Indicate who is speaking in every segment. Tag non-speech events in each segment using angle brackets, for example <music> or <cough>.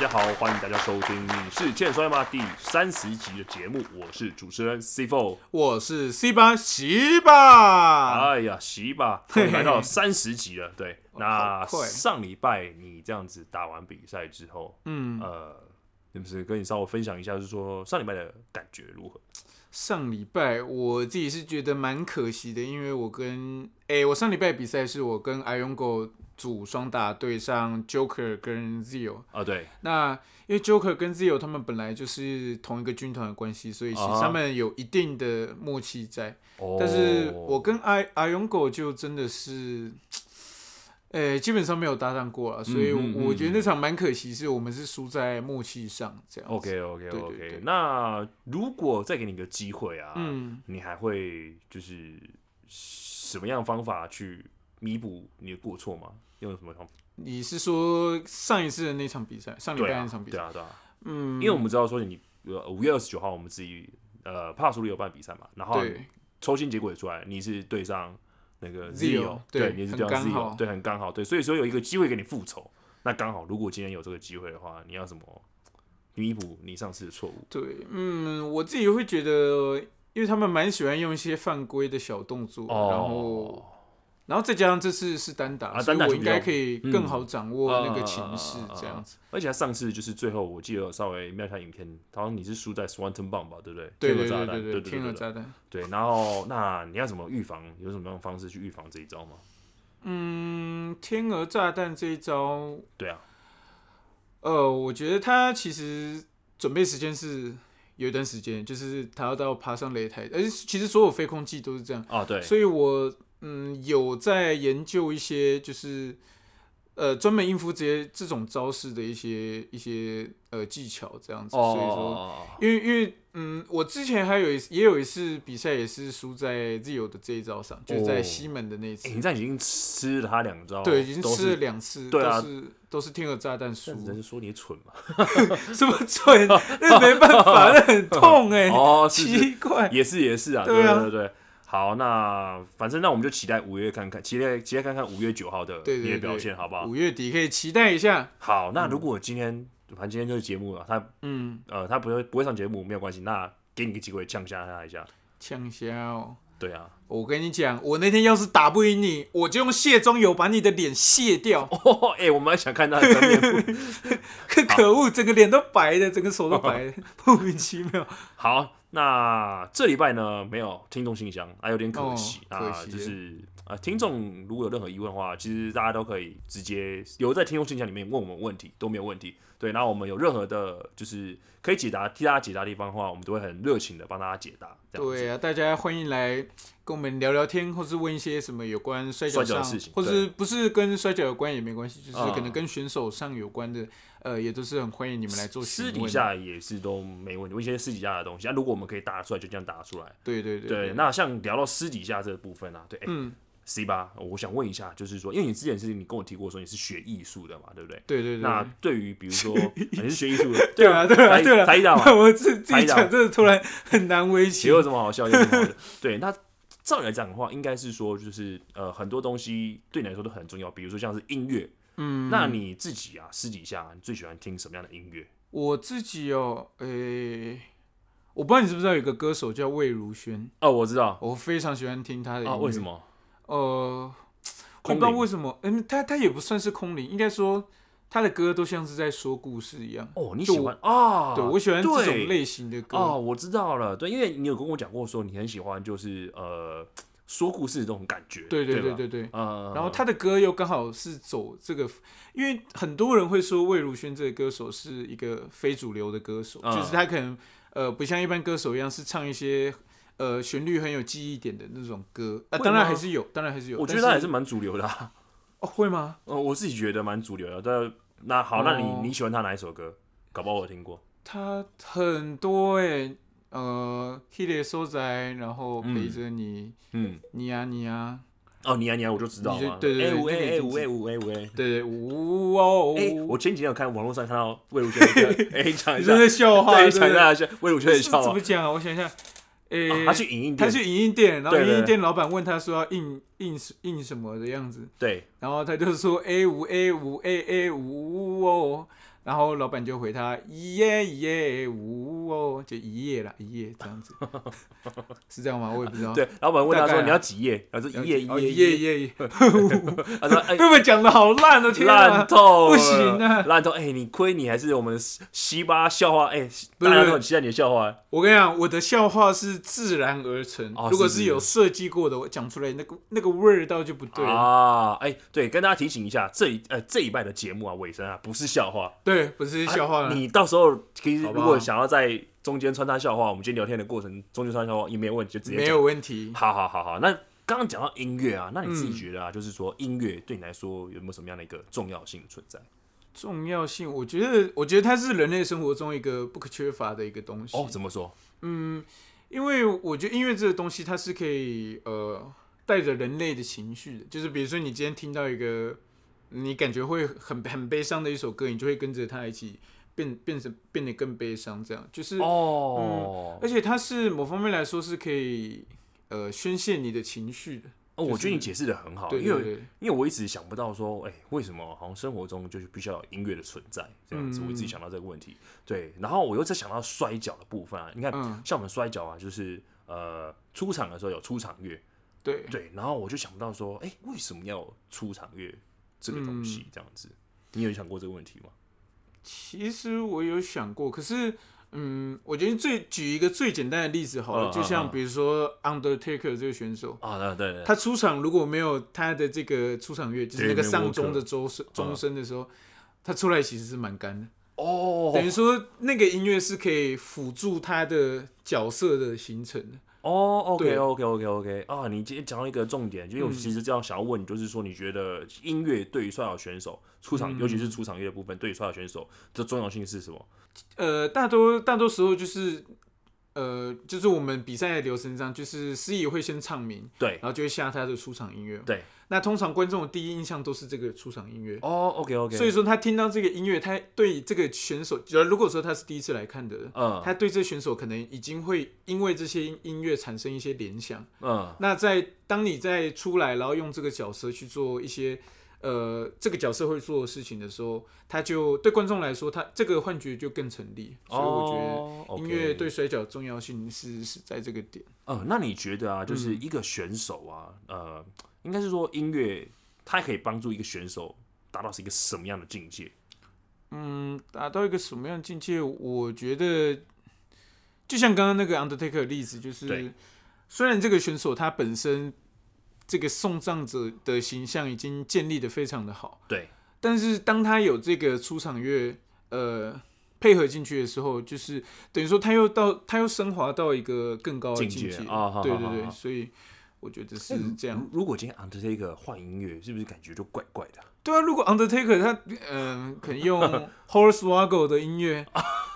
Speaker 1: 家好，欢迎大家收听《你是欠摔吗》第三十集的节目，我是主持人 C Four。
Speaker 2: 我是 C 八席吧，
Speaker 1: 哎呀，洗吧， <laughs> 终于来到三十集了。对，那
Speaker 2: 哦好快
Speaker 1: 上礼拜你这样子打完比赛之后，
Speaker 2: 嗯，
Speaker 1: 呃，是不是跟你稍微分享一下，就是说上礼拜的感觉如何？
Speaker 2: 上礼拜我自己是觉得蛮可惜的，因为我跟诶、我上礼拜比赛是我跟 i o n g o 组双打对上 Joker 跟 Zio，
Speaker 1: 啊，对，
Speaker 2: 那因为 Joker 跟 Zio 他们本来就是同一个军团的关系，所以其
Speaker 1: 啊哈
Speaker 2: 实他们有一定的默契在。
Speaker 1: 哦，
Speaker 2: 但是我跟 I i o n g o 就真的是，呃、基本上没有搭档过了，所以
Speaker 1: 嗯嗯嗯哦
Speaker 2: 我我觉得那场蛮可惜，是我们是输在默契上这样子。
Speaker 1: OK OK
Speaker 2: 对
Speaker 1: OK，
Speaker 2: 对对
Speaker 1: 那如果再给你一个机会啊，
Speaker 2: 嗯，
Speaker 1: 你还会就是什么样的方法去弥补你的过错吗？用什么方法？
Speaker 2: 你是说上一次的那场比赛，上礼
Speaker 1: 对
Speaker 2: 拜
Speaker 1: 啊
Speaker 2: 那场，比
Speaker 1: 对
Speaker 2: 赛？
Speaker 1: 啊，对啊，
Speaker 2: 嗯，
Speaker 1: 因为我们知道说你呃五月二十九号我们自己呃帕苏里有办比赛嘛，然后
Speaker 2: 对
Speaker 1: 抽签结果也出来，你是对上那个
Speaker 2: Zio，
Speaker 1: Zio，
Speaker 2: 对
Speaker 1: 你是
Speaker 2: 很
Speaker 1: 对上
Speaker 2: 刚
Speaker 1: Zio，
Speaker 2: 好
Speaker 1: 对，很刚好，对，所以说有一个机会给你复仇，那刚好如果今天有这个机会的话，你要怎么弥补你上次的错误？
Speaker 2: 对，嗯，我自己会觉得，因为他们蛮喜欢用一些犯规的小动作，然后。然后再加上这次是单打，
Speaker 1: 哦啊
Speaker 2: 所以
Speaker 1: 单打就
Speaker 2: 我应该可以
Speaker 1: 比较
Speaker 2: 更好掌握
Speaker 1: 嗯
Speaker 2: 那个情势，这样子。
Speaker 1: 而且他上次就是最后，我记得有稍微瞄一下影片，好像你是输在 Swanton Bomb 吧，对不对？
Speaker 2: 对
Speaker 1: 天鹅
Speaker 2: 对
Speaker 1: 炸
Speaker 2: 对
Speaker 1: 弹，对
Speaker 2: 对天鹅
Speaker 1: 对对
Speaker 2: 炸弹。
Speaker 1: 对。然后，那你要怎么预防？有什么样的方式去预防这一招吗？
Speaker 2: 嗯，天鹅炸弹这一招，
Speaker 1: 对啊，
Speaker 2: 呃，我觉得他其实准备时间是有一段时间，就是他要到爬上擂台，而且其实所有飞空技都是这样。
Speaker 1: 啊对，
Speaker 2: 所以我嗯有在研究一些就是呃专门应付这些这种招式的一些一些呃技巧这样子，
Speaker 1: 哦
Speaker 2: 所以说。因为因为嗯，我之前还有一也有一次比赛也是输在 Zio 的这一招上，就是
Speaker 1: 哦
Speaker 2: 在西门的那一次，
Speaker 1: 诶你这样已经吃了他两招，
Speaker 2: 对，已经
Speaker 1: 哦都是
Speaker 2: 吃了，两次，
Speaker 1: 对啊
Speaker 2: 都是都是天鹅炸弹
Speaker 1: <laughs>
Speaker 2: 输
Speaker 1: 但，只是说你蠢嘛。
Speaker 2: 什么蠢，那没办法，那很痛哎、
Speaker 1: <laughs> 哦，是是
Speaker 2: 奇怪，
Speaker 1: 也是也是啊，对
Speaker 2: 对啊
Speaker 1: 对对对。好，那反正那我们就期待五月看看，期待期待看看五月九号的
Speaker 2: 对对
Speaker 1: 你的
Speaker 2: 对，
Speaker 1: 表现，好不好？
Speaker 2: 五嗯月底可以期待一下，
Speaker 1: 好，那如果今天反正今天就是节目了，他
Speaker 2: 嗯，
Speaker 1: 呃，他不会不会上节目没有关系，那给你个机会呛下他一下。
Speaker 2: 呛虾哦。
Speaker 1: 对啊， <laughs>
Speaker 2: 我跟你讲，我那天要是打不赢你，我就用卸妆油把你的脸卸掉。
Speaker 1: 哦，哎、我们还想看他的真面目。
Speaker 2: 可 <laughs> 可恶，整个脸都白的，整个手都白的， <laughs> 莫名其
Speaker 1: <laughs>
Speaker 2: 妙。
Speaker 1: 好，那这礼拜呢没有听众信箱，啊，有点可惜
Speaker 2: 哦
Speaker 1: 啊，
Speaker 2: 可
Speaker 1: 那
Speaker 2: 惜
Speaker 1: 就是啊、呃听众如果有任何疑问的话，其实大家都可以直接留在听众信箱里面问我们问题，都没有问题。对，然后我们有任何的，就是可以解答替大家解答的地方的话，我们都会很热情的帮大家解答。这样子
Speaker 2: 对啊，大家欢迎来跟我们聊聊天，或是问一些什么有关摔
Speaker 1: 摔
Speaker 2: 跤
Speaker 1: 跤的
Speaker 2: 上，
Speaker 1: 事情
Speaker 2: 或是不是跟摔跤有关也没关系，就是
Speaker 1: 啊
Speaker 2: 可能跟选手上有关的，呃，也都是很欢迎你们来做询
Speaker 1: 私
Speaker 2: 问。
Speaker 1: 底，下也是都没问题，问一些私底下的东西。啊，如果我们可以答出来，就这样答出来。
Speaker 2: 对对对
Speaker 1: 对，那像聊到私底下这个部分啊，对，嗯
Speaker 2: 嗯
Speaker 1: ，C 八，我想问一下，就是说，因为你之前是你跟我提过说你是学艺术的嘛，对不对？
Speaker 2: 对对对
Speaker 1: 那
Speaker 2: 对
Speaker 1: 对于比如说啊你是学艺术的，
Speaker 2: <laughs> 对啊对啊
Speaker 1: 才
Speaker 2: 对啊，
Speaker 1: 才艺大嘛，
Speaker 2: <laughs> 我自自
Speaker 1: 台
Speaker 2: 己
Speaker 1: 大
Speaker 2: 讲，真的突然很难为
Speaker 1: 也
Speaker 2: 情。
Speaker 1: 有什么好笑？有什么好笑 <laughs> 对，那照理来讲的话，应该是说就是呃很多东西对你来说都很重要，比如说像是音乐，
Speaker 2: 嗯，
Speaker 1: 那你自己啊私底下你最喜欢听什么样的音乐？
Speaker 2: 我自己哦，诶、我不知道你知不知道有个歌手叫魏如萱，
Speaker 1: 哦，我知道
Speaker 2: 我非常喜欢听她的音乐、
Speaker 1: 啊，为什？么？
Speaker 2: 呃，我
Speaker 1: 空
Speaker 2: 不知道
Speaker 1: 灵
Speaker 2: 为什么，嗯，她她也不算是空灵，应该说她的歌都像是在说故事一样。
Speaker 1: 哦，你
Speaker 2: 就
Speaker 1: 喜欢啊？
Speaker 2: 对我喜欢这
Speaker 1: 对
Speaker 2: 种类型的歌。
Speaker 1: 哦，我知道了，对，因为你有跟我讲过说你很喜欢就是呃说故事的这种感觉，
Speaker 2: 对对
Speaker 1: 对
Speaker 2: 对
Speaker 1: 吧，
Speaker 2: 对对。
Speaker 1: 呃，
Speaker 2: 然后她的歌又刚好是走这个，因为很多人会说魏如萱这个歌手是一个非主流的歌手，
Speaker 1: 嗯
Speaker 2: 就是她可能呃不像一般歌手一样是唱一些呃旋律很有记忆点的那种歌啊，
Speaker 1: 会
Speaker 2: 当然
Speaker 1: 吗
Speaker 2: 还是有，当然还是有。
Speaker 1: 我觉
Speaker 2: 但
Speaker 1: 得他也是蛮主流的、啊，
Speaker 2: 哦，会吗？
Speaker 1: 呃，我自己觉得蛮主流的，但那好，那
Speaker 2: 哦
Speaker 1: 你你喜欢他哪一首歌？搞不好我有听过，
Speaker 2: 他很多哎、呃，《h i l 收宅》，然后
Speaker 1: 嗯
Speaker 2: 陪着你，
Speaker 1: 嗯，
Speaker 2: 你呀你呀，
Speaker 1: 哦，你啊你啊，我就知道
Speaker 2: 你就
Speaker 1: 嘛，
Speaker 2: 对对
Speaker 1: 哎
Speaker 2: 对那个
Speaker 1: 喂哎
Speaker 2: 已经
Speaker 1: 喂喂喂喂，
Speaker 2: 对对，呜哦，
Speaker 1: 哎，我前几天有看网络上看到魏如萱的歌，
Speaker 2: <laughs>
Speaker 1: 哎，讲一下
Speaker 2: 你这，是笑话，
Speaker 1: 对，
Speaker 2: 对
Speaker 1: 讲一
Speaker 2: 对
Speaker 1: 下下魏如萱的
Speaker 2: 是
Speaker 1: 笑
Speaker 2: 怎
Speaker 1: 话
Speaker 2: 么，讲啊？我想一下，
Speaker 1: 啊
Speaker 2: 诶，
Speaker 1: 他去影印
Speaker 2: 他
Speaker 1: 店，
Speaker 2: 去影印店，然后
Speaker 1: 对对
Speaker 2: 影印店老板问他说要印印印什么的样子，
Speaker 1: 对，
Speaker 2: <laughs> 然后他就说 A 五 A 五 A A 五哦，然后老板就回他一夜一夜呜哦，就一夜啦，一夜这
Speaker 1: <laughs>
Speaker 2: 样子，是这样吗？我也不知道。
Speaker 1: 对，老板问他
Speaker 2: 大概
Speaker 1: 说
Speaker 2: 啊
Speaker 1: 你要几页，然后说
Speaker 2: 了
Speaker 1: 一
Speaker 2: 解，
Speaker 1: 页
Speaker 2: 哦
Speaker 1: 一页一
Speaker 2: 一夜一
Speaker 1: 页，
Speaker 2: 夜一夜，
Speaker 1: 他说哎
Speaker 2: 被我们讲的好烂 <laughs> 哦，天
Speaker 1: 烂
Speaker 2: 哪！
Speaker 1: 透了，
Speaker 2: 不行啊
Speaker 1: 烂透！哎、你亏你还是我们西西巴笑话，哎、
Speaker 2: 不
Speaker 1: 大
Speaker 2: 是
Speaker 1: 家都很期待你的笑话。
Speaker 2: 我跟你讲，我的笑话是自然而成，
Speaker 1: 哦
Speaker 2: 如果
Speaker 1: 是是
Speaker 2: 是有设计过的，我讲出来那个那个味儿道就不对了。
Speaker 1: 啊，哎、对，跟大家提醒一下，这一呃这一拜的节目啊，尾声啊，不是笑话，
Speaker 2: 对，不是笑话
Speaker 1: 啊
Speaker 2: 了。
Speaker 1: 你到时候其实
Speaker 2: 好
Speaker 1: 如
Speaker 2: 不好
Speaker 1: 果想要在中间穿插笑话，我们今天聊天的过程中间穿插笑话也没有问题，就直接
Speaker 2: 没
Speaker 1: 讲。
Speaker 2: 有问题。
Speaker 1: 好好好好，那刚刚讲到音乐啊，那你自己
Speaker 2: 嗯
Speaker 1: 觉得啊，就是说音乐对你来说有没有什么样的一个重要性存在？
Speaker 2: 重要性，我觉得，我觉得它是人类生活中一个不可缺乏的一个东西。
Speaker 1: 哦，怎么说？
Speaker 2: 嗯，因为我觉得音乐这个东西，它是可以呃带着人类的情绪的，就是比如说你今天听到一个你感觉会很很悲伤的一首歌，你就会跟着它一起变变成变得更悲伤，这样就是，
Speaker 1: 哦，
Speaker 2: 而且它是某方面来说是可以呃宣泄你的情绪的，
Speaker 1: 哦，我
Speaker 2: 就是
Speaker 1: 觉得你解释的很好，
Speaker 2: 对
Speaker 1: 哦因
Speaker 2: 对
Speaker 1: 为
Speaker 2: 对，
Speaker 1: 因为我一直想不到说，哎、为什么好像生活中就是必须要有音乐的存在这样子？
Speaker 2: 嗯
Speaker 1: 我自己想到这个问题，对，然后我又在想到摔跤的部分啊，你看，
Speaker 2: 嗯
Speaker 1: 像我们摔跤啊，就是呃出场的时候有出场乐，
Speaker 2: 对，
Speaker 1: 对，然后我就想不到说，哎、为什么要有出场乐这个东
Speaker 2: 嗯
Speaker 1: 西这样子？你有想过这个问题吗？
Speaker 2: 其实我有想过，可是，嗯，我觉得最举一个最简单的例子好了，
Speaker 1: 嗯
Speaker 2: 就
Speaker 1: 嗯嗯
Speaker 2: 像比如说 Undertaker 这个选手，
Speaker 1: 啊，对对对，
Speaker 2: 他出场如果没有他的这个出场乐，就是那个
Speaker 1: David Walker 嗯
Speaker 2: 丧钟的钟声钟声的时候，他出来其实是蛮干的。
Speaker 1: 哦
Speaker 2: 等于说那个音乐是可以辅助他的角色的形成的。
Speaker 1: 哦，OK
Speaker 2: 对
Speaker 1: OK OK OK 啊，你今天讲到一个重点，就是我其实这样想要问你，就是说你觉得音乐对于摔跤选手出场，尤其是出场乐的部分，对于摔跤选手的重要性是什么？
Speaker 2: 呃，大多大多时候就是。呃，就是我们比赛的流程上，就是司仪会先唱名，
Speaker 1: 对
Speaker 2: 然，后就会下他的出场音乐。
Speaker 1: 对，
Speaker 2: 那通常观众的第一印象都是这个出场音乐。
Speaker 1: 哦，OK OK，
Speaker 2: 所以说他听到这个音乐，他对这个选手，呃如果说他是第一次来看的，
Speaker 1: 嗯
Speaker 2: 他对这选手可能已经会因为这些音音乐产生一些联想。
Speaker 1: 嗯
Speaker 2: 那在当你在出来，然后用这个角色去做一些。呃，这个角色会做的事情的时候，他就对观众来说，他这个幻觉就更成立。所以我
Speaker 1: 哦
Speaker 2: 觉得
Speaker 1: ，OK
Speaker 2: 音乐对摔跤的重要性是是在这个点。
Speaker 1: 嗯，那你觉得啊，就是一个选手啊，呃，应该是说音乐它可以帮助一个选手达到是一个什么样的境界？
Speaker 2: 嗯，达到一个什么样的境界？我觉得，就像刚刚那个 Undertaker 的例子，就
Speaker 1: 对
Speaker 2: 是虽然这个选手他本身这个送葬者的形象已经建立的非常的好，
Speaker 1: 对，
Speaker 2: 但是当他有这个出场乐，呃。配合进去的时候，就是等于说他又到他又升华到一个更高的
Speaker 1: 境
Speaker 2: 境界
Speaker 1: 界啊好
Speaker 2: 对
Speaker 1: 好好
Speaker 2: 对对，
Speaker 1: 好
Speaker 2: 所以我觉得是这样。
Speaker 1: 嗯如如果今天 Undertaker 换音乐，是不是感觉就怪怪的啊？
Speaker 2: 对啊，如果 Undertaker 他嗯、可能
Speaker 1: <laughs>
Speaker 2: 用 Horace Waggle 的音乐，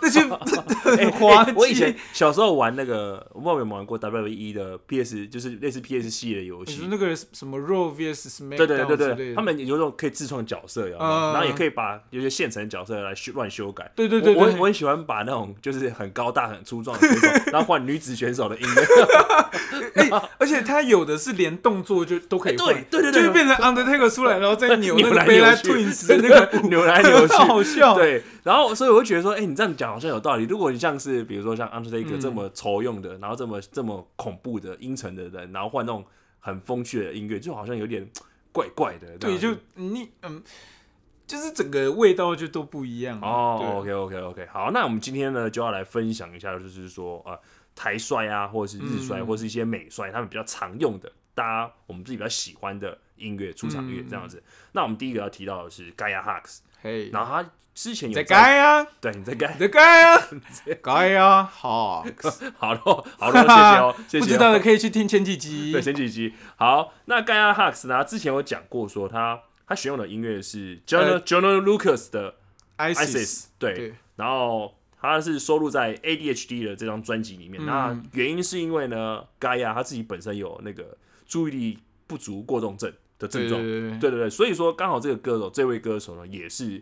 Speaker 2: 那些
Speaker 1: 欸
Speaker 2: <laughs> 很滑
Speaker 1: 欸
Speaker 2: 稽。
Speaker 1: 我以前小时候玩那个，我不知道有没有玩过 WWE 的 PS，就是类似 PS 系的游
Speaker 2: 你
Speaker 1: 戏
Speaker 2: 哦说。那个什么 Raw vs SmackDown
Speaker 1: 对对对
Speaker 2: 之
Speaker 1: 对
Speaker 2: 类
Speaker 1: 对，
Speaker 2: 的
Speaker 1: 他们有种可以自创角色，有没有
Speaker 2: 嗯
Speaker 1: 然后也可以把有些现成的角色来修乱修改。
Speaker 2: 对对对
Speaker 1: 我我
Speaker 2: 对
Speaker 1: 我很喜欢把那种就是很高大、很粗壮的选手， <laughs> 然后换女子选手的音乐。 <laughs>
Speaker 2: 哎而且他有的是连动作就都可以换、
Speaker 1: 对哎对对对
Speaker 2: 就会变成 Undertaker 出来，然后再扭那
Speaker 1: <laughs> 扭
Speaker 2: 个
Speaker 1: 来
Speaker 2: b e l
Speaker 1: 扭
Speaker 2: l
Speaker 1: 去哎
Speaker 2: Twins 的那个
Speaker 1: <laughs>
Speaker 2: 舞，
Speaker 1: 扭来扭去，
Speaker 2: 好笑。
Speaker 1: 对，然后所以我会觉得说，哎、你这样讲好像有道理。如果你像是比如说像 Undertaker 这
Speaker 2: 嗯
Speaker 1: 么愁用的，然后这么这么恐怖的阴沉的人，然后换那种很风趣的音乐，就好像有点怪怪的这
Speaker 2: 对，
Speaker 1: 样子。
Speaker 2: 就你嗯，就是整个味道就都不一样了
Speaker 1: 哦
Speaker 2: 嗯对
Speaker 1: ，OK OK OK，好，那我们今天呢就要来分享一下，就是说呃台帅啊，或者是日帅，
Speaker 2: 嗯
Speaker 1: 或是一些美帅，他们比较常用的，大家我们自己比较喜欢的音乐出场
Speaker 2: 嗯
Speaker 1: 乐这样子。那我们第一个要提到的是 Gaia Hux，
Speaker 2: 嘿，
Speaker 1: 然后他之前
Speaker 2: 你
Speaker 1: 有
Speaker 2: 在该啊，
Speaker 1: 对， <laughs> 你在 Gaia
Speaker 2: 你在该啊，该啊，好，
Speaker 1: 好喽，好喽，谢谢
Speaker 2: <laughs>
Speaker 1: 哦，谢谢、哦。
Speaker 2: 不知道的可以去听前几集
Speaker 1: 对。前几集。好，那盖亚 Hux 呢？之前有讲过说他他选用的音乐是 j o n a
Speaker 2: 呃
Speaker 1: j o n a Lucas 的
Speaker 2: ISIS，
Speaker 1: ISIS，对，
Speaker 2: 对
Speaker 1: 然后。他是收录在 ADHD 的这张专辑里面。
Speaker 2: 嗯
Speaker 1: 那原因是因为呢，盖亚他自己本身有那个注意力不足过动症的症
Speaker 2: 对
Speaker 1: 状，
Speaker 2: 对对对，
Speaker 1: 对对对，所以说刚好这个歌手，这位歌手呢，也是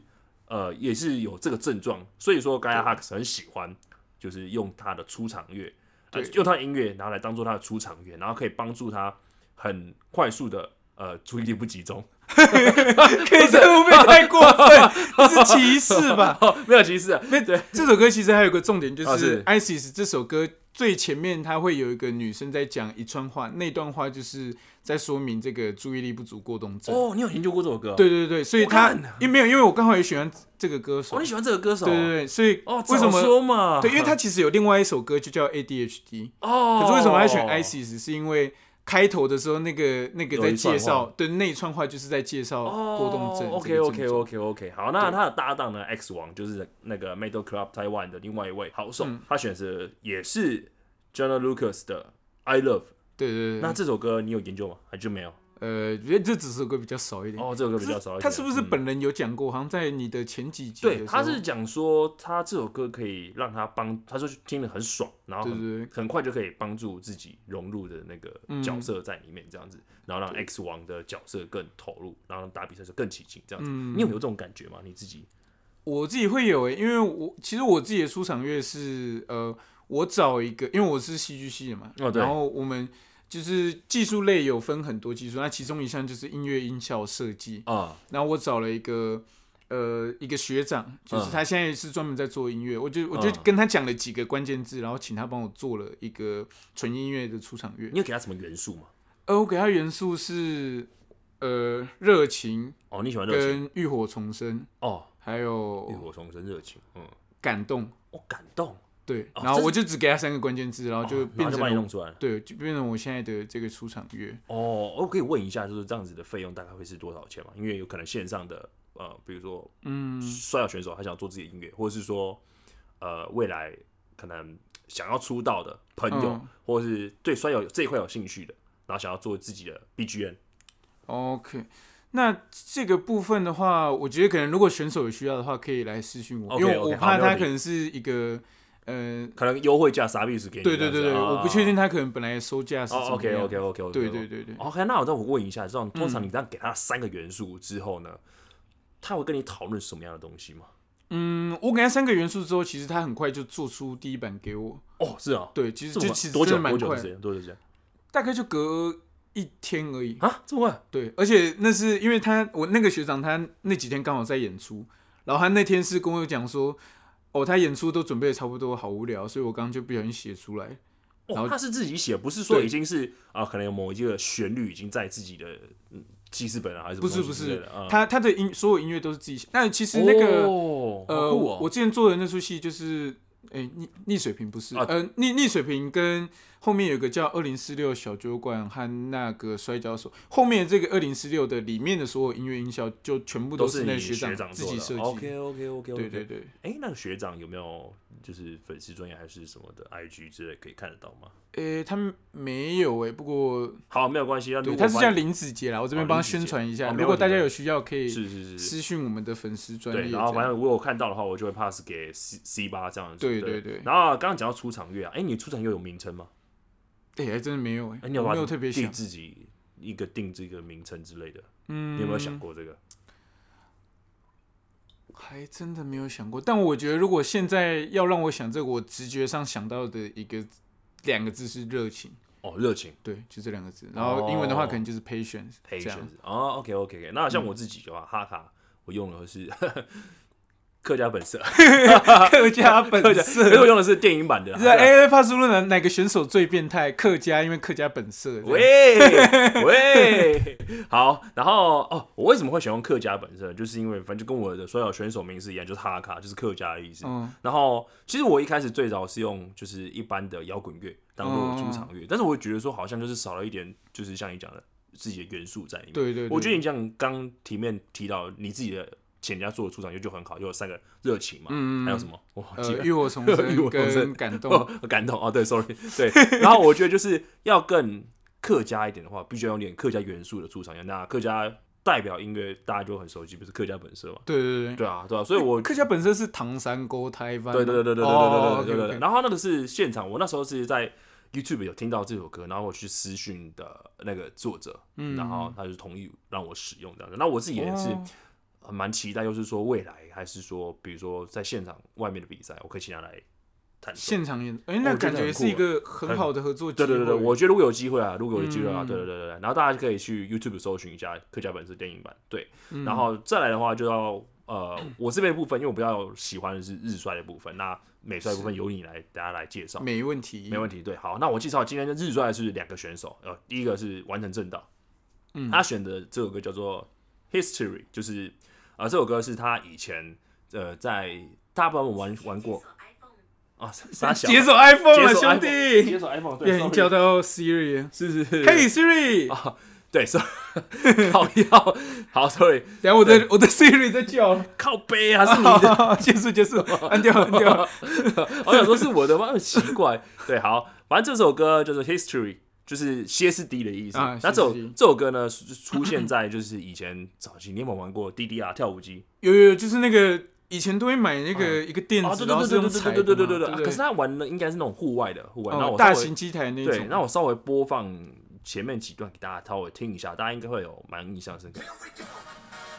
Speaker 1: 呃，也是有这个症状，所以说 Gaia Hux 很喜欢，就是用他的出场乐，呃
Speaker 2: 对
Speaker 1: 用他的音乐，然
Speaker 2: <laughs>
Speaker 1: 后来当做他的出场乐，然后可以帮助他很快速的呃注意力不集中，
Speaker 2: 可以这 <laughs> 会不会太过分？这是歧视
Speaker 1: <laughs>
Speaker 2: 吧？<laughs>
Speaker 1: 哦，没有歧视啊，
Speaker 2: 那 <laughs> 这首歌其实还有个重点，就
Speaker 1: 啊
Speaker 2: 是
Speaker 1: 是
Speaker 2: ISIS 这首歌最前面，它会有一个女生在讲一串话，那段话就是在说明这个注意力不足过动症。
Speaker 1: 哦，你有研究过这首歌？
Speaker 2: 对，对对，所以他
Speaker 1: 我看
Speaker 2: 因为没有，因为我刚好也喜欢这个歌手
Speaker 1: 哦，你。喜欢这个歌手？
Speaker 2: 对对对，所以
Speaker 1: 哦，
Speaker 2: 为什
Speaker 1: 早
Speaker 2: 么？
Speaker 1: 说嘛？
Speaker 2: 对，因为他其实有另外一首歌就叫 ADHD，
Speaker 1: 哦，
Speaker 2: 可是为什么他选 ISIS？是因为开头的时候那个那个
Speaker 1: 有
Speaker 2: 在
Speaker 1: 一串
Speaker 2: 介绍，
Speaker 1: 话
Speaker 2: 对那一串话就是在介绍过动症这个症状。
Speaker 1: 哦 OK OK OK OK，好，那他的搭档呢？X 王就是那个 Metal Club Taiwan 的另外一位好手，
Speaker 2: 嗯
Speaker 1: 他选择也是 Jonah Lucas 的 I Love。
Speaker 2: 对对对，
Speaker 1: 那这首歌你有研究吗？还就没有？
Speaker 2: 呃，觉得这几首歌比较少一点。
Speaker 1: 哦，这首歌
Speaker 2: 可
Speaker 1: 比
Speaker 2: 是
Speaker 1: 较少一点。
Speaker 2: 他是不是
Speaker 1: 嗯
Speaker 2: 本人有讲过？好像在你的前几集的时
Speaker 1: 对，
Speaker 2: 候，
Speaker 1: 他是讲说他这首歌可以让他帮，他说听得很爽，然后
Speaker 2: 对
Speaker 1: 很
Speaker 2: 对对，
Speaker 1: 很快就可以帮助自己融入的那个角色在里面，这样子，然后让 X 王的角色更投入，然后让打比赛的时候更起劲，这样子。
Speaker 2: 嗯
Speaker 1: 你有没有这种感觉吗？你自己？
Speaker 2: 我自己会有欸诶、因为我其实我自己的出场乐是呃，我找一个，因为我是戏剧系的嘛，
Speaker 1: 哦对
Speaker 2: 然后我们就是技术类有分很多技术，那其中一项就是音乐音效设计，
Speaker 1: 啊、
Speaker 2: 然后我找了一个。呃，一个学长，就
Speaker 1: 嗯
Speaker 2: 是他现在是专门在做音乐，我就我就
Speaker 1: 嗯
Speaker 2: 跟他讲了几个关键字，然后请他帮我做了一个纯音乐的出场乐。
Speaker 1: 你有给他什么元素吗？
Speaker 2: 呃，我给他元素是呃热情
Speaker 1: 哦，你喜欢热情
Speaker 2: 跟浴火重生，
Speaker 1: 哦，
Speaker 2: 还
Speaker 1: 浴
Speaker 2: 有
Speaker 1: 火重生热情，嗯，
Speaker 2: 感动。
Speaker 1: 我、感动，
Speaker 2: 对，
Speaker 1: 哦
Speaker 2: 然后
Speaker 1: 这是
Speaker 2: 我就只给他三个关键字，然后就
Speaker 1: 哦然后
Speaker 2: 变
Speaker 1: 就
Speaker 2: 成
Speaker 1: 把你
Speaker 2: 了
Speaker 1: 弄出来了。
Speaker 2: 对，就变成我现在的这个出场乐。
Speaker 1: 哦，我可以问一下，就是这样子的费用大概会是多少钱吗？因为有可能线上的呃，比如说嗯，摔跤选手他想做自己的音乐，或者是说呃，未来可能想要出道的朋友，
Speaker 2: 嗯
Speaker 1: 或者是对摔跤这一块有兴趣的，然后想要做自己的 BGM，
Speaker 2: OK，那这个部分的话，我觉得可能如果选手有需要的话，可以来私讯我
Speaker 1: OK，
Speaker 2: 因为
Speaker 1: OK，
Speaker 2: 我
Speaker 1: 好
Speaker 2: 怕
Speaker 1: 没问
Speaker 2: 他
Speaker 1: 题
Speaker 2: 可能是一个呃，
Speaker 1: 可能优惠价啥币是给你这
Speaker 2: 对
Speaker 1: 样
Speaker 2: 对
Speaker 1: 子。
Speaker 2: 对对，
Speaker 1: 啊
Speaker 2: 我不确定。他可能本来收价是怎
Speaker 1: 哦
Speaker 2: 么
Speaker 1: ，OK
Speaker 2: 样。
Speaker 1: OK OK OK，
Speaker 2: 对对对嗯对，
Speaker 1: OK，那我再我问一下，这种通常你这样给他三个元素之后呢，他会跟你讨论什么样的东西吗？
Speaker 2: 嗯，我给他三个元素之后，其实他很快就做出第一版给我。
Speaker 1: 哦，是啊，
Speaker 2: 对，其实
Speaker 1: 这么
Speaker 2: 就
Speaker 1: 快
Speaker 2: 其实
Speaker 1: 多
Speaker 2: 真
Speaker 1: 久
Speaker 2: 的
Speaker 1: 多
Speaker 2: 蛮
Speaker 1: 久的
Speaker 2: 快
Speaker 1: 时
Speaker 2: 的，
Speaker 1: 间？多久的时间
Speaker 2: 大概就隔一天而已。
Speaker 1: 啊？这么快？
Speaker 2: 对，而且那是因为他我那个学长他那几天刚好在演出，然后他那天是跟我讲说，哦，他演出都准备的差不多，好无聊，所以我刚刚就不小心写出来。然
Speaker 1: 哦
Speaker 2: 后，
Speaker 1: 他是自己写，不是说
Speaker 2: 对
Speaker 1: 已经是啊、可能有某一个旋律已经在自己的嗯记事本了，还是什么
Speaker 2: 不是
Speaker 1: 东西
Speaker 2: 不
Speaker 1: 之
Speaker 2: 是
Speaker 1: 类的啊、
Speaker 2: 他他的音所有音乐都是自己写，但其实那个、
Speaker 1: 哦、
Speaker 2: 呃，
Speaker 1: 好酷哦
Speaker 2: 我我之前做的那出戏就是。哎，逆逆水平不是，
Speaker 1: 啊
Speaker 2: 呃，逆逆水平跟后面有个叫二零四六小酒馆和那个摔跤手，后面这个二零四六的里面的所有音乐音效就全部
Speaker 1: 都
Speaker 2: 是那
Speaker 1: 你
Speaker 2: 个
Speaker 1: 学
Speaker 2: 长自
Speaker 1: 做
Speaker 2: 己设
Speaker 1: 的。
Speaker 2: 计。
Speaker 1: OK OK OK，
Speaker 2: 对对。对，
Speaker 1: 哎、那个学长有没有就是粉丝专业还是什么的 IG 之类可以看得到吗？
Speaker 2: 诶、他们没有诶、不过
Speaker 1: 好，没有关系。那如
Speaker 2: 对，
Speaker 1: 果
Speaker 2: 他是
Speaker 1: 发
Speaker 2: 叫林子杰啦，我这边
Speaker 1: 哦林
Speaker 2: 帮他
Speaker 1: 子杰
Speaker 2: 宣传一下、
Speaker 1: 哦没
Speaker 2: 如果
Speaker 1: 问题
Speaker 2: 大家
Speaker 1: 没
Speaker 2: 有需要，可以
Speaker 1: 是是是是。
Speaker 2: 私讯我们的粉丝专
Speaker 1: 对，
Speaker 2: 业这
Speaker 1: 然后反
Speaker 2: 样。
Speaker 1: 正如果我看到的话，我就会 pass 给 C C 八这样子。
Speaker 2: 对
Speaker 1: 对
Speaker 2: 对对
Speaker 1: 然后刚刚讲到出场乐啊，哎、你出场乐有名称吗？
Speaker 2: 哎、还真的没有诶、
Speaker 1: 哎、你有
Speaker 2: 我
Speaker 1: 把
Speaker 2: 没有特别
Speaker 1: 定
Speaker 2: 想。
Speaker 1: 自己一个定制一个名称之类的？嗯，你有没有想过这个？
Speaker 2: 还真的没有想过，但我觉得如果现在要让我想这个，我直觉上想到的一个两个字是热情，
Speaker 1: 哦，热情
Speaker 2: 对，就这两个字。然后英文的话，可能就是 patience，这样。嗯
Speaker 1: patience 哦，OK OK OK。那像我自己的话，哈哈，我用的是 <laughs> 客家本色，
Speaker 2: 客家本
Speaker 1: 客家，
Speaker 2: 色，
Speaker 1: 可是我用的是电影版的啦。
Speaker 2: 是啊哎，帕苏论哪哪个选手最变态？客家，因为客家本色。这样
Speaker 1: <laughs>
Speaker 2: <laughs>
Speaker 1: 喂喂，好，然后哦，我为什么会喜欢客家本色？就是因为反正就跟我的摔跤选手名字一样，就是哈卡，就是客家的意思。
Speaker 2: 嗯
Speaker 1: 然后其实我一开始最早是用就是一般的摇滚乐当做
Speaker 2: 嗯
Speaker 1: 我出场乐，但是我觉得说好像就是少了一点，就是像你讲的自己的元素在里面。
Speaker 2: 对对对，
Speaker 1: 我觉得你像刚题面提到你自己的请人家做的出场乐就很好，又有三个热情嘛，
Speaker 2: 嗯
Speaker 1: 还有什么？我忘记
Speaker 2: 呃，
Speaker 1: 了。
Speaker 2: 浴火重
Speaker 1: 浴火重
Speaker 2: 生跟
Speaker 1: 生
Speaker 2: 感
Speaker 1: <laughs>
Speaker 2: 动
Speaker 1: 哦，感动哦，对，sorry，对。 <laughs> 然后我觉得就是要更客家一点的话，必须要有点客家元素的出场乐。那客家代表音乐大家就很熟悉，不是客家本色嘛？
Speaker 2: 对对对
Speaker 1: 对啊，对啊，所以我
Speaker 2: 哎客家本身是唐山沟台湾嘛，
Speaker 1: 对对对对对对
Speaker 2: 哦
Speaker 1: 对对对
Speaker 2: OK，OK
Speaker 1: 对。然后那个是现场，我那时候是在 YouTube 有听到这首歌，然后我去私讯的那个作者，然后他就同意让我使用这样子。那我自己也是
Speaker 2: 嗯哦
Speaker 1: 呃蛮期待，就是说未来还是说，比如说在现场外面的比赛，我可以请他来探索。
Speaker 2: 现场演，哎、那
Speaker 1: 我觉
Speaker 2: 感
Speaker 1: 得
Speaker 2: 觉
Speaker 1: 很
Speaker 2: 是一
Speaker 1: 酷
Speaker 2: 个很
Speaker 1: 很
Speaker 2: 好的合作机
Speaker 1: 对
Speaker 2: 会。
Speaker 1: 对对对，我觉得如果有机会啊，如果有机会啊，
Speaker 2: 嗯
Speaker 1: 对对对对对，然后大家可以去 YouTube 搜寻一下《客家本色》电影版，对，
Speaker 2: 嗯
Speaker 1: 然后再来的话就要呃，我这边的部分，因为我比较喜欢的是日帅的部分，那美帅的部分由你来大家来介绍，
Speaker 2: 没问题，
Speaker 1: 没问题，对，好，那我介绍今天的日帅是两个选手，呃，第一个是完成正道，嗯，他选的这首歌叫做《History》，就是呃，这首歌是他以前呃在大部分玩玩过啊，傻小
Speaker 2: 解锁 iPhone 了，
Speaker 1: 解锁
Speaker 2: 兄
Speaker 1: iPhone，
Speaker 2: 弟
Speaker 1: 解，锁 iPhone，对
Speaker 2: 被人
Speaker 1: sorry
Speaker 2: 叫到 Siri，了
Speaker 1: 是是是，
Speaker 2: 嘿 Siri，
Speaker 1: 啊，对，是靠腰，好，sorry，
Speaker 2: 然后我的我的 Siri 在叫， <laughs>
Speaker 1: 靠背啊，是你的，
Speaker 2: 结束结束，
Speaker 1: <laughs>
Speaker 2: 按掉按掉，
Speaker 1: 我想说是我的吗？很奇怪，对，好，反正这首歌就是 History，就是歇斯底的意思。
Speaker 2: 啊
Speaker 1: 那这首
Speaker 2: 歇斯底
Speaker 1: 这首歌呢，是出现在就是以前早期，你有没有玩过 DDR 跳舞机？
Speaker 2: 有有有，就是那个以前都会买那个一个垫
Speaker 1: 啊，
Speaker 2: 子，
Speaker 1: 对
Speaker 2: 然
Speaker 1: 对
Speaker 2: 后是
Speaker 1: 对
Speaker 2: 用
Speaker 1: 对
Speaker 2: 踩
Speaker 1: 对对
Speaker 2: 的嘛
Speaker 1: 对对对对
Speaker 2: 对
Speaker 1: 对。啊
Speaker 2: 不
Speaker 1: 可是他玩的应该是那种户外的户外，那我
Speaker 2: 哦
Speaker 1: 稍
Speaker 2: 大
Speaker 1: 微
Speaker 2: 型机台那
Speaker 1: 对，
Speaker 2: 种，
Speaker 1: 那我稍微播放前面几段给大家稍微听一下，大家应该会有蛮印象深刻。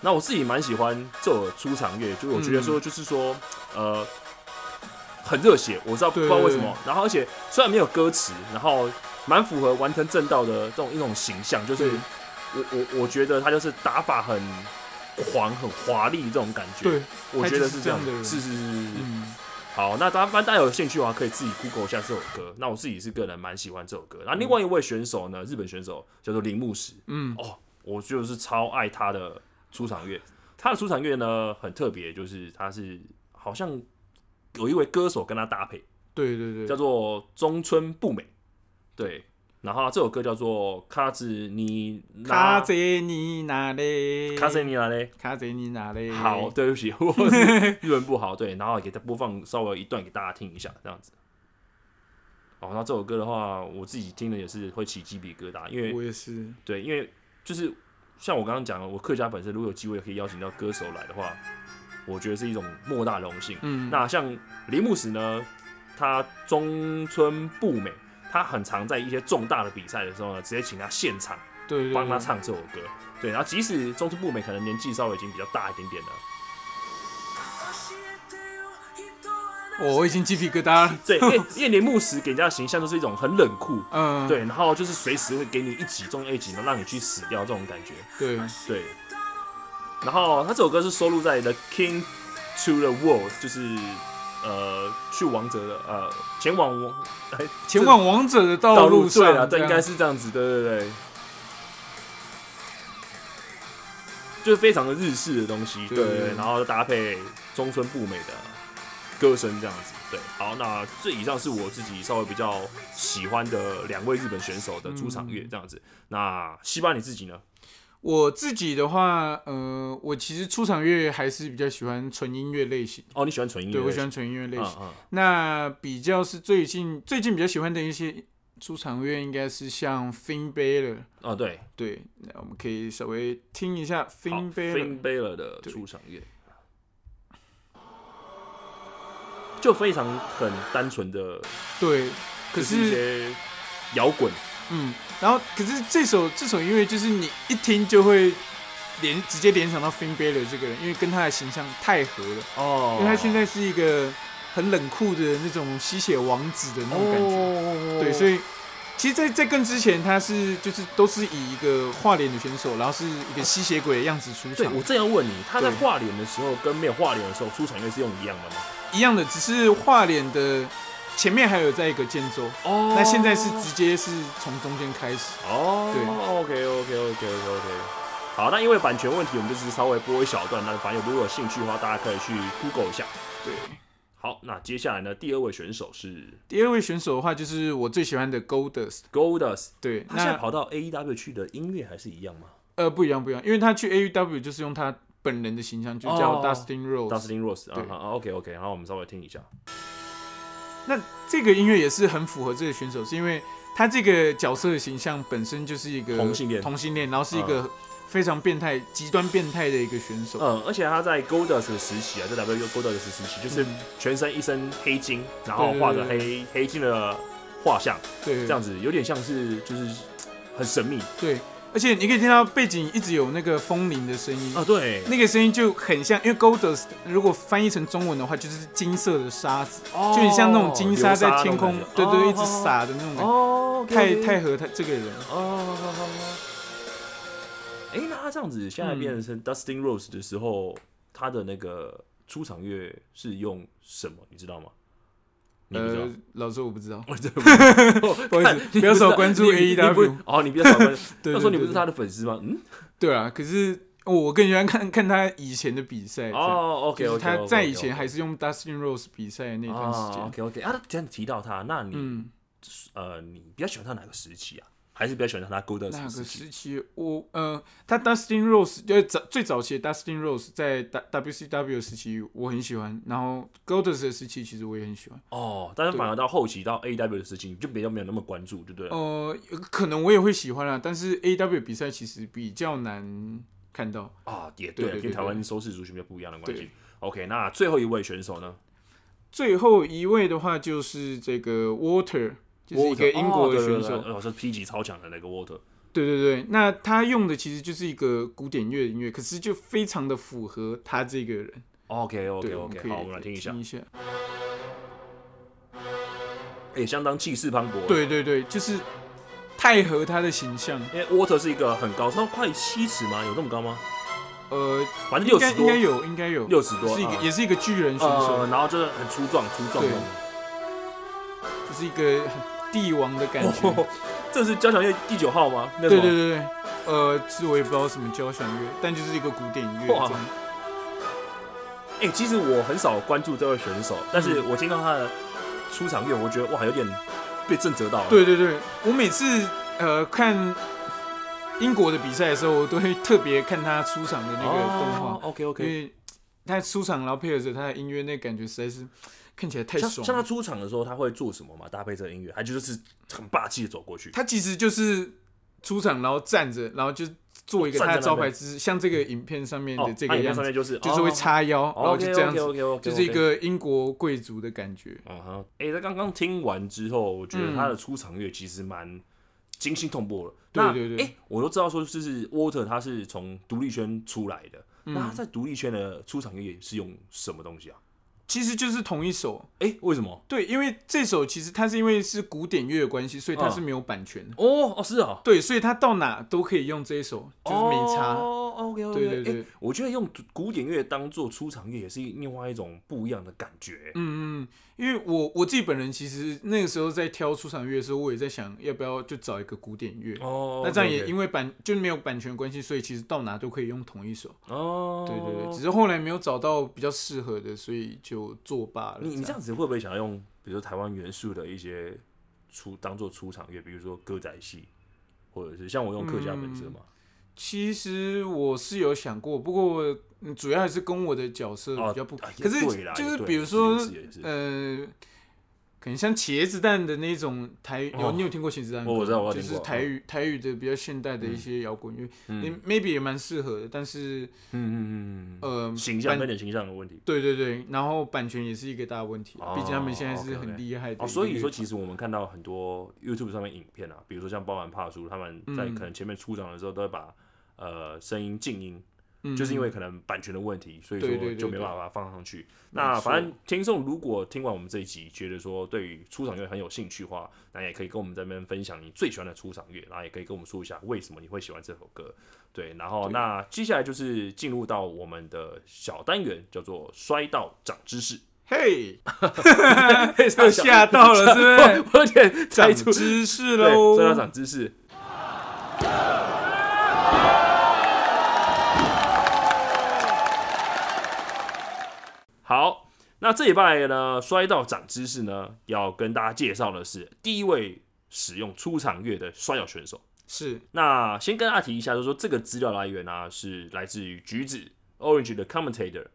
Speaker 1: 那我自己蛮喜欢这首出场乐，就是我觉得说
Speaker 2: 嗯
Speaker 1: 就是说、呃很热血，我知道不
Speaker 2: 对
Speaker 1: 知道为什么。然后而且虽然没有歌词，然后蛮符合完成正道的这种一种形象，就是
Speaker 2: 对
Speaker 1: 我我我觉得他就是打法很狂很华丽这种感觉。
Speaker 2: 对，
Speaker 1: 我觉
Speaker 2: 他就
Speaker 1: 得
Speaker 2: 是
Speaker 1: 这样
Speaker 2: 这样的人
Speaker 1: 是是是是是。
Speaker 2: 嗯，
Speaker 1: 好，那大家反正大家有兴趣的话，可以自己 Google 一下这首歌。那我自己是个人蛮喜欢这首歌。然后另外一位选手呢，日本选手叫做铃木石，
Speaker 2: 嗯，
Speaker 1: 哦，我就是超爱他的出场乐。他的出场乐呢很特别，就是他是好像有一位歌手跟他搭配，
Speaker 2: 对对
Speaker 1: 叫
Speaker 2: 对，
Speaker 1: 做中村步美，对。然后这首歌叫做《卡兹尼
Speaker 2: 卡
Speaker 1: 拉》，
Speaker 2: 贼你哪嘞？
Speaker 1: 卡兹尼拉嘞。
Speaker 2: 卡贼你哪嘞？
Speaker 1: 好，，对不
Speaker 2: <laughs>
Speaker 1: 起，我是日文不好，对，然后给他播放稍微一段给大家听一下，这样子。哦，那这首歌的话，我自己听的也是会起鸡皮疙瘩，因为
Speaker 2: 我也是，
Speaker 1: 对，因为就是像我刚刚讲的，我客家本身如果有机会可以邀请到歌手来的话，我觉得是一种莫大荣幸。
Speaker 2: 嗯，
Speaker 1: 那像铃木石呢，他中村步美，他很常在一些重大的比赛的时候呢，直接请他现场
Speaker 2: 对对，
Speaker 1: 帮他
Speaker 2: 对，
Speaker 1: 唱这首歌。对，然后即使中村步美可能年纪稍微已经比较大一点点了，
Speaker 2: 哦我已经鸡皮疙瘩了，
Speaker 1: 对，因为因为铃木石给人家的形象就是一种很冷酷，
Speaker 2: 嗯，
Speaker 1: 对，然后就是随时会给你一击中 A 击，然后让你去死掉这种感觉，
Speaker 2: 对，
Speaker 1: 对。然后他这首歌是收录在《The King to the World》，就是呃去王者的呃前往王哎
Speaker 2: 前往王者的
Speaker 1: 道
Speaker 2: 道
Speaker 1: 路
Speaker 2: 上，
Speaker 1: 对啊，对，
Speaker 2: 这
Speaker 1: 应
Speaker 2: 样
Speaker 1: 该是这样子，对对对。就是非常的日式的东西，对
Speaker 2: 对
Speaker 1: 对对，然后搭配中村步美的歌声这样子，对。好，那这以上是我自己稍微比较喜欢的两位日本选手的出场
Speaker 2: 嗯
Speaker 1: 乐这样子。那西巴你自己呢？
Speaker 2: 我自己的话，呃，我其实出场乐还是比较喜欢纯音乐类型，
Speaker 1: 哦，你喜欢纯音乐？
Speaker 2: 对我喜欢纯音乐类型。
Speaker 1: 嗯嗯，
Speaker 2: 那比较是最近最近比较喜欢的一些出场乐，应该是像 Fin Baylor，
Speaker 1: 哦对，
Speaker 2: 对，那我们可以稍微听一下
Speaker 1: 好
Speaker 2: Fin Baylor，
Speaker 1: ，Finn Balor 的出场乐，就非常很单纯的
Speaker 2: 对，可
Speaker 1: 就是一
Speaker 2: 是
Speaker 1: 些摇滚，
Speaker 2: 嗯，然后可是这首这首音乐就是你一听就会联直接联想到 Fin Baylor 这个人，因为跟他的形象太合了，
Speaker 1: 哦
Speaker 2: 因为他现在是一个很冷酷的那种吸血王子的那种感觉。
Speaker 1: 哦觉
Speaker 2: 对，所
Speaker 1: 以
Speaker 2: 以其实在，在更之前，他是就是都是以一个画脸的选手，然后是一个吸血鬼的样子出
Speaker 1: 对
Speaker 2: 场，
Speaker 1: 我正要问你，他在
Speaker 2: 对
Speaker 1: 画脸的时候跟没有画脸的时候出场乐是用一样的吗？
Speaker 2: 一样的，只是画脸的前面还有在一个剑州，
Speaker 1: 哦
Speaker 2: 那现在是直接是从中间开始。
Speaker 1: 哦，
Speaker 2: 对
Speaker 1: ，OK OK OK OK OK。好，那因为版权问题，我们就是稍微播一小段。那反正如果有兴趣的话，大家可以去 Google 一下。
Speaker 2: 对，
Speaker 1: 好，那接下来呢，第二位选手是
Speaker 2: 第二位选手的话，就是我最喜欢的 Goldust。
Speaker 1: Goldust，
Speaker 2: 对，
Speaker 1: 他现在
Speaker 2: 那
Speaker 1: 跑到 AEW 去的音乐还是一样吗
Speaker 2: 呃不一样不一样，因为他去 AUW 就是用他本人的形象，就叫
Speaker 1: 哦
Speaker 2: Dustin Rose。
Speaker 1: ？Dustin Rose，
Speaker 2: 对
Speaker 1: 啊哈，OK OK，然后我们稍微听一下。
Speaker 2: 那这个音乐也是很符合这个选手，是因为他这个角色的形象本身就是一个
Speaker 1: 同性恋
Speaker 2: 同性恋，然后是一个非常变态、极端变态的一个选手。
Speaker 1: 嗯，而且他在 Goldust 的时期啊，在 W Goldust 的时期，就是
Speaker 2: 嗯
Speaker 1: 全身一身黑金，然后画着
Speaker 2: 对
Speaker 1: 黑黑金的画像，这
Speaker 2: 对，
Speaker 1: 样子有点像是就是嘖很神秘。
Speaker 2: 对。而且你可以听到背景一直有那个风铃的声音，
Speaker 1: 啊，对，
Speaker 2: 那个声音就很像，因为 gold dust 如果翻译成中文的话，就是金色的沙子，
Speaker 1: 哦
Speaker 2: 就很像那种金沙在天空，对对，一直。
Speaker 1: 流沙那种感觉
Speaker 2: 撒的那种感觉，
Speaker 1: 哦，
Speaker 2: 太
Speaker 1: OK，OK
Speaker 2: 太合他这个人。
Speaker 1: 哦，好好好。哎、那他这样子现在变
Speaker 2: 嗯
Speaker 1: 成 Dustin Rose 的时候，他的那个出场乐是用什么？你知道吗？你不知道
Speaker 2: 呃。，老师我不
Speaker 1: <laughs>
Speaker 2: 知道，
Speaker 1: 我真的不知道，
Speaker 2: 不好意思
Speaker 1: 看 <laughs> 你
Speaker 2: 不要
Speaker 1: 知
Speaker 2: 少
Speaker 1: 道
Speaker 2: 关注 E
Speaker 1: 你你你不
Speaker 2: AEW
Speaker 1: 哦，你比较少关注。
Speaker 2: <laughs>
Speaker 1: 那
Speaker 2: 对对
Speaker 1: 时候你
Speaker 2: 对
Speaker 1: 不是他的粉丝吗？嗯，
Speaker 2: 对啊，可是我我更喜欢看看他以前的比赛，这样
Speaker 1: 哦，OK，
Speaker 2: 就是他在以前还是用 Dustin Rose 比赛的那段时间，
Speaker 1: OK OK 啊，那既然提到他，那你、
Speaker 2: 嗯。
Speaker 1: 呃，你比较喜欢他哪个时期啊？还是比较喜欢他 Gold
Speaker 2: 那
Speaker 1: 的
Speaker 2: 个
Speaker 1: 时期？
Speaker 2: 时期，我呃，他 Dustin Rose 就是早最早期的 Dustin Rose 在 W C W 时期我很喜欢，然后 Goldust 的时期其实我也很喜欢。
Speaker 1: 哦，但是
Speaker 2: 对
Speaker 1: 反而到后期到 AW 的时期，你就比较没有那么关注，对不对了？
Speaker 2: 呃，可能我也会喜欢啦，但是 A W 比赛其实比较难看到。
Speaker 1: 啊，也
Speaker 2: 对
Speaker 1: 对，跟
Speaker 2: 对对
Speaker 1: 台
Speaker 2: 对
Speaker 1: 湾收视族群比较不一样的关系
Speaker 2: 对。
Speaker 1: OK，那最后一位选手呢？
Speaker 2: 最后一位的话就是这个 Water，就是一个
Speaker 1: Walter，
Speaker 2: 英国的
Speaker 1: 哦对对
Speaker 2: 选
Speaker 1: 对
Speaker 2: 手。
Speaker 1: 对哦，是 P 级超强的那个 Water。
Speaker 2: 对对对，那他用的其实就是一个古典乐的音乐，可是就非常的符合他这个人。
Speaker 1: OK OK
Speaker 2: 对我们
Speaker 1: OK，
Speaker 2: 可以
Speaker 1: 好，我们来听一下
Speaker 2: 听，一下。
Speaker 1: 也哎相当气势磅礴。，
Speaker 2: 对对对，就是太合他的形象。
Speaker 1: 因为 Water 是一个很高，他快七尺吗？有那么高吗？
Speaker 2: 呃，
Speaker 1: 反正
Speaker 2: 应
Speaker 1: 六
Speaker 2: 该
Speaker 1: 十
Speaker 2: 应该
Speaker 1: 多，
Speaker 2: 有，应该有，
Speaker 1: 六十多，
Speaker 2: 是一个、
Speaker 1: 嗯
Speaker 2: 也是一个巨人选手，
Speaker 1: 呃，然后就是很粗壮，粗壮
Speaker 2: 对
Speaker 1: 那种。
Speaker 2: 就是一个很帝王的感觉。
Speaker 1: 哦， <laughs> 这是交响乐第九号吗？那种
Speaker 2: 对对对对，呃，其实我也不知道什么交响乐，但就是一个古典乐
Speaker 1: 哇
Speaker 2: 这样。
Speaker 1: 哎、其实我很少关注这位选手，但
Speaker 2: 嗯
Speaker 1: 是我听到他的出场乐，我觉得哇，有点被震折到了。哦
Speaker 2: 对对对，我每次呃看英国的比赛的时候，我都会特别看他出场的那个动画，
Speaker 1: OK
Speaker 2: 因
Speaker 1: OK。
Speaker 2: 为他出场然后配合着他的音乐，那感觉实在是看起来太
Speaker 1: 像
Speaker 2: 爽了。
Speaker 1: 像他出场的时候，他会做什么嘛？搭配这个音乐，他就是很霸气的走过去。
Speaker 2: 他其实就是出场，然后站着，然后就做一个
Speaker 1: 站在
Speaker 2: 他
Speaker 1: 那
Speaker 2: 的招牌
Speaker 1: 边
Speaker 2: 姿势，像这个影片上面的
Speaker 1: 哦，
Speaker 2: 这
Speaker 1: 他
Speaker 2: 个
Speaker 1: 影片
Speaker 2: 样
Speaker 1: 上
Speaker 2: 子，
Speaker 1: 面就是哦
Speaker 2: 就是会，叉腰，然后就这样
Speaker 1: OK
Speaker 2: 子，
Speaker 1: OK OK，
Speaker 2: 就是一。个英国贵族的感觉。
Speaker 1: 嗯哼，哎、他刚刚听完之后，我觉得
Speaker 2: 嗯
Speaker 1: 他的出场乐其实蛮惊心动魄了。
Speaker 2: 对
Speaker 1: 那
Speaker 2: 对对
Speaker 1: 哎、诶我都知道说，就是 Water 他是从独立圈出来的，那
Speaker 2: 嗯
Speaker 1: 他在独立圈的出场乐是用什么东西啊？
Speaker 2: 其实就是同一首，
Speaker 1: 哎、为什么？
Speaker 2: 对，因为这首其实它是因为是古典乐的关系，所以它
Speaker 1: 嗯
Speaker 2: 是没有版权的。
Speaker 1: 哦哦，是哦，
Speaker 2: 对，所以他到哪都可以用这一首，就是没差。
Speaker 1: 哦，OK OK，
Speaker 2: 对对对
Speaker 1: 我觉得用古典乐当做出场乐也是另外一种不一样的感觉。
Speaker 2: 嗯嗯，因为我我自己本人其实那个时候在挑出场乐的时候，我也在想要不要就找一个古典乐。
Speaker 1: 哦，
Speaker 2: 那这样也
Speaker 1: 为
Speaker 2: 因为版就是没有版权关系，所以其实到哪都可以用同一首。
Speaker 1: 哦，
Speaker 2: 对对对，只是后来没有找到比较适合的，所以就作罢了。
Speaker 1: 你你这
Speaker 2: 这样
Speaker 1: 样子会不会想要用，比如说台湾元素的一些出当做出场乐，比如说歌仔戏，或者是像我用客家本色嘛？
Speaker 2: 其实我是有想过，不过嗯主要还是跟我的角色
Speaker 1: 哦
Speaker 2: 比较不。
Speaker 1: 啊也
Speaker 2: 可是
Speaker 1: 对啦
Speaker 2: 就
Speaker 1: 也
Speaker 2: 是
Speaker 1: 对
Speaker 2: 比如
Speaker 1: 也是
Speaker 2: 说
Speaker 1: 也是也是
Speaker 2: 呃，可能像茄子蛋的那种台，有、
Speaker 1: 哦
Speaker 2: 你有听过茄子蛋歌
Speaker 1: 哦
Speaker 2: 吗？
Speaker 1: 我知道我有
Speaker 2: 就
Speaker 1: 听
Speaker 2: 是
Speaker 1: 过
Speaker 2: 台语台语的比较现代的一些摇滚乐，你、
Speaker 1: 嗯
Speaker 2: maybe 也蛮适合的，但是
Speaker 1: 嗯嗯嗯嗯
Speaker 2: 呃
Speaker 1: 嗯，，形象
Speaker 2: 版
Speaker 1: 有点形象的问题。
Speaker 2: 对对对，然后版权也是一个大问题，
Speaker 1: 哦
Speaker 2: 毕竟他们现在是
Speaker 1: OK，OK
Speaker 2: 很厉害的一个乐团、
Speaker 1: 哦，所以说其实我们看到很多 YouTube 上面影片啊，比如说像包含帕叔他们在
Speaker 2: 嗯
Speaker 1: 可能前面出场的时候都会把呃声音静音，
Speaker 2: 嗯
Speaker 1: 就是因为可能版权的问题，所以
Speaker 2: 对对
Speaker 1: 说
Speaker 2: 对
Speaker 1: 就没
Speaker 2: 对
Speaker 1: 办法放上去。那
Speaker 2: 没错
Speaker 1: 反正听众如果听完我们这一集，觉得说对于出场乐很有兴趣的话，那也可以跟我们这边分享你最喜欢的出场乐，然后也可以跟我们说一下为什么你会喜欢这首歌。对，然后那接下来就是进入到我们的小单元，叫做摔到长知识。 <laughs>
Speaker 2: 嘿，哎吓到了是不是？
Speaker 1: 我有点猜
Speaker 2: <laughs> 长
Speaker 1: 出
Speaker 2: 知识
Speaker 1: 对，
Speaker 2: 喽！
Speaker 1: 摔到长知识。好，那这礼拜呢，摔到长知识呢，要跟大家介绍的是第一位使用出场乐的摔跤选手。
Speaker 2: 是
Speaker 1: 那先跟大家提一下，就是说这个资料来源啊，是来自于橘子 Orange 的 Commentator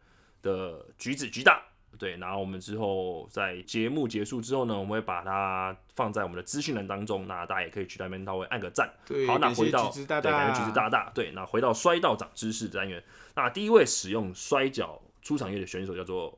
Speaker 1: 的橘子橘大。对，然后我们之后在节目结束之后呢，我们会把它放在我们的资讯栏当中，那大家也可以去那边稍微按个赞。
Speaker 2: 对，
Speaker 1: 好，那
Speaker 2: 感谢
Speaker 1: 回到
Speaker 2: 橘子大
Speaker 1: 对，感
Speaker 2: 大，
Speaker 1: 谢橘子大大。对，那回到摔道长知识单元，那第一位使用摔跤出场乐的选手叫做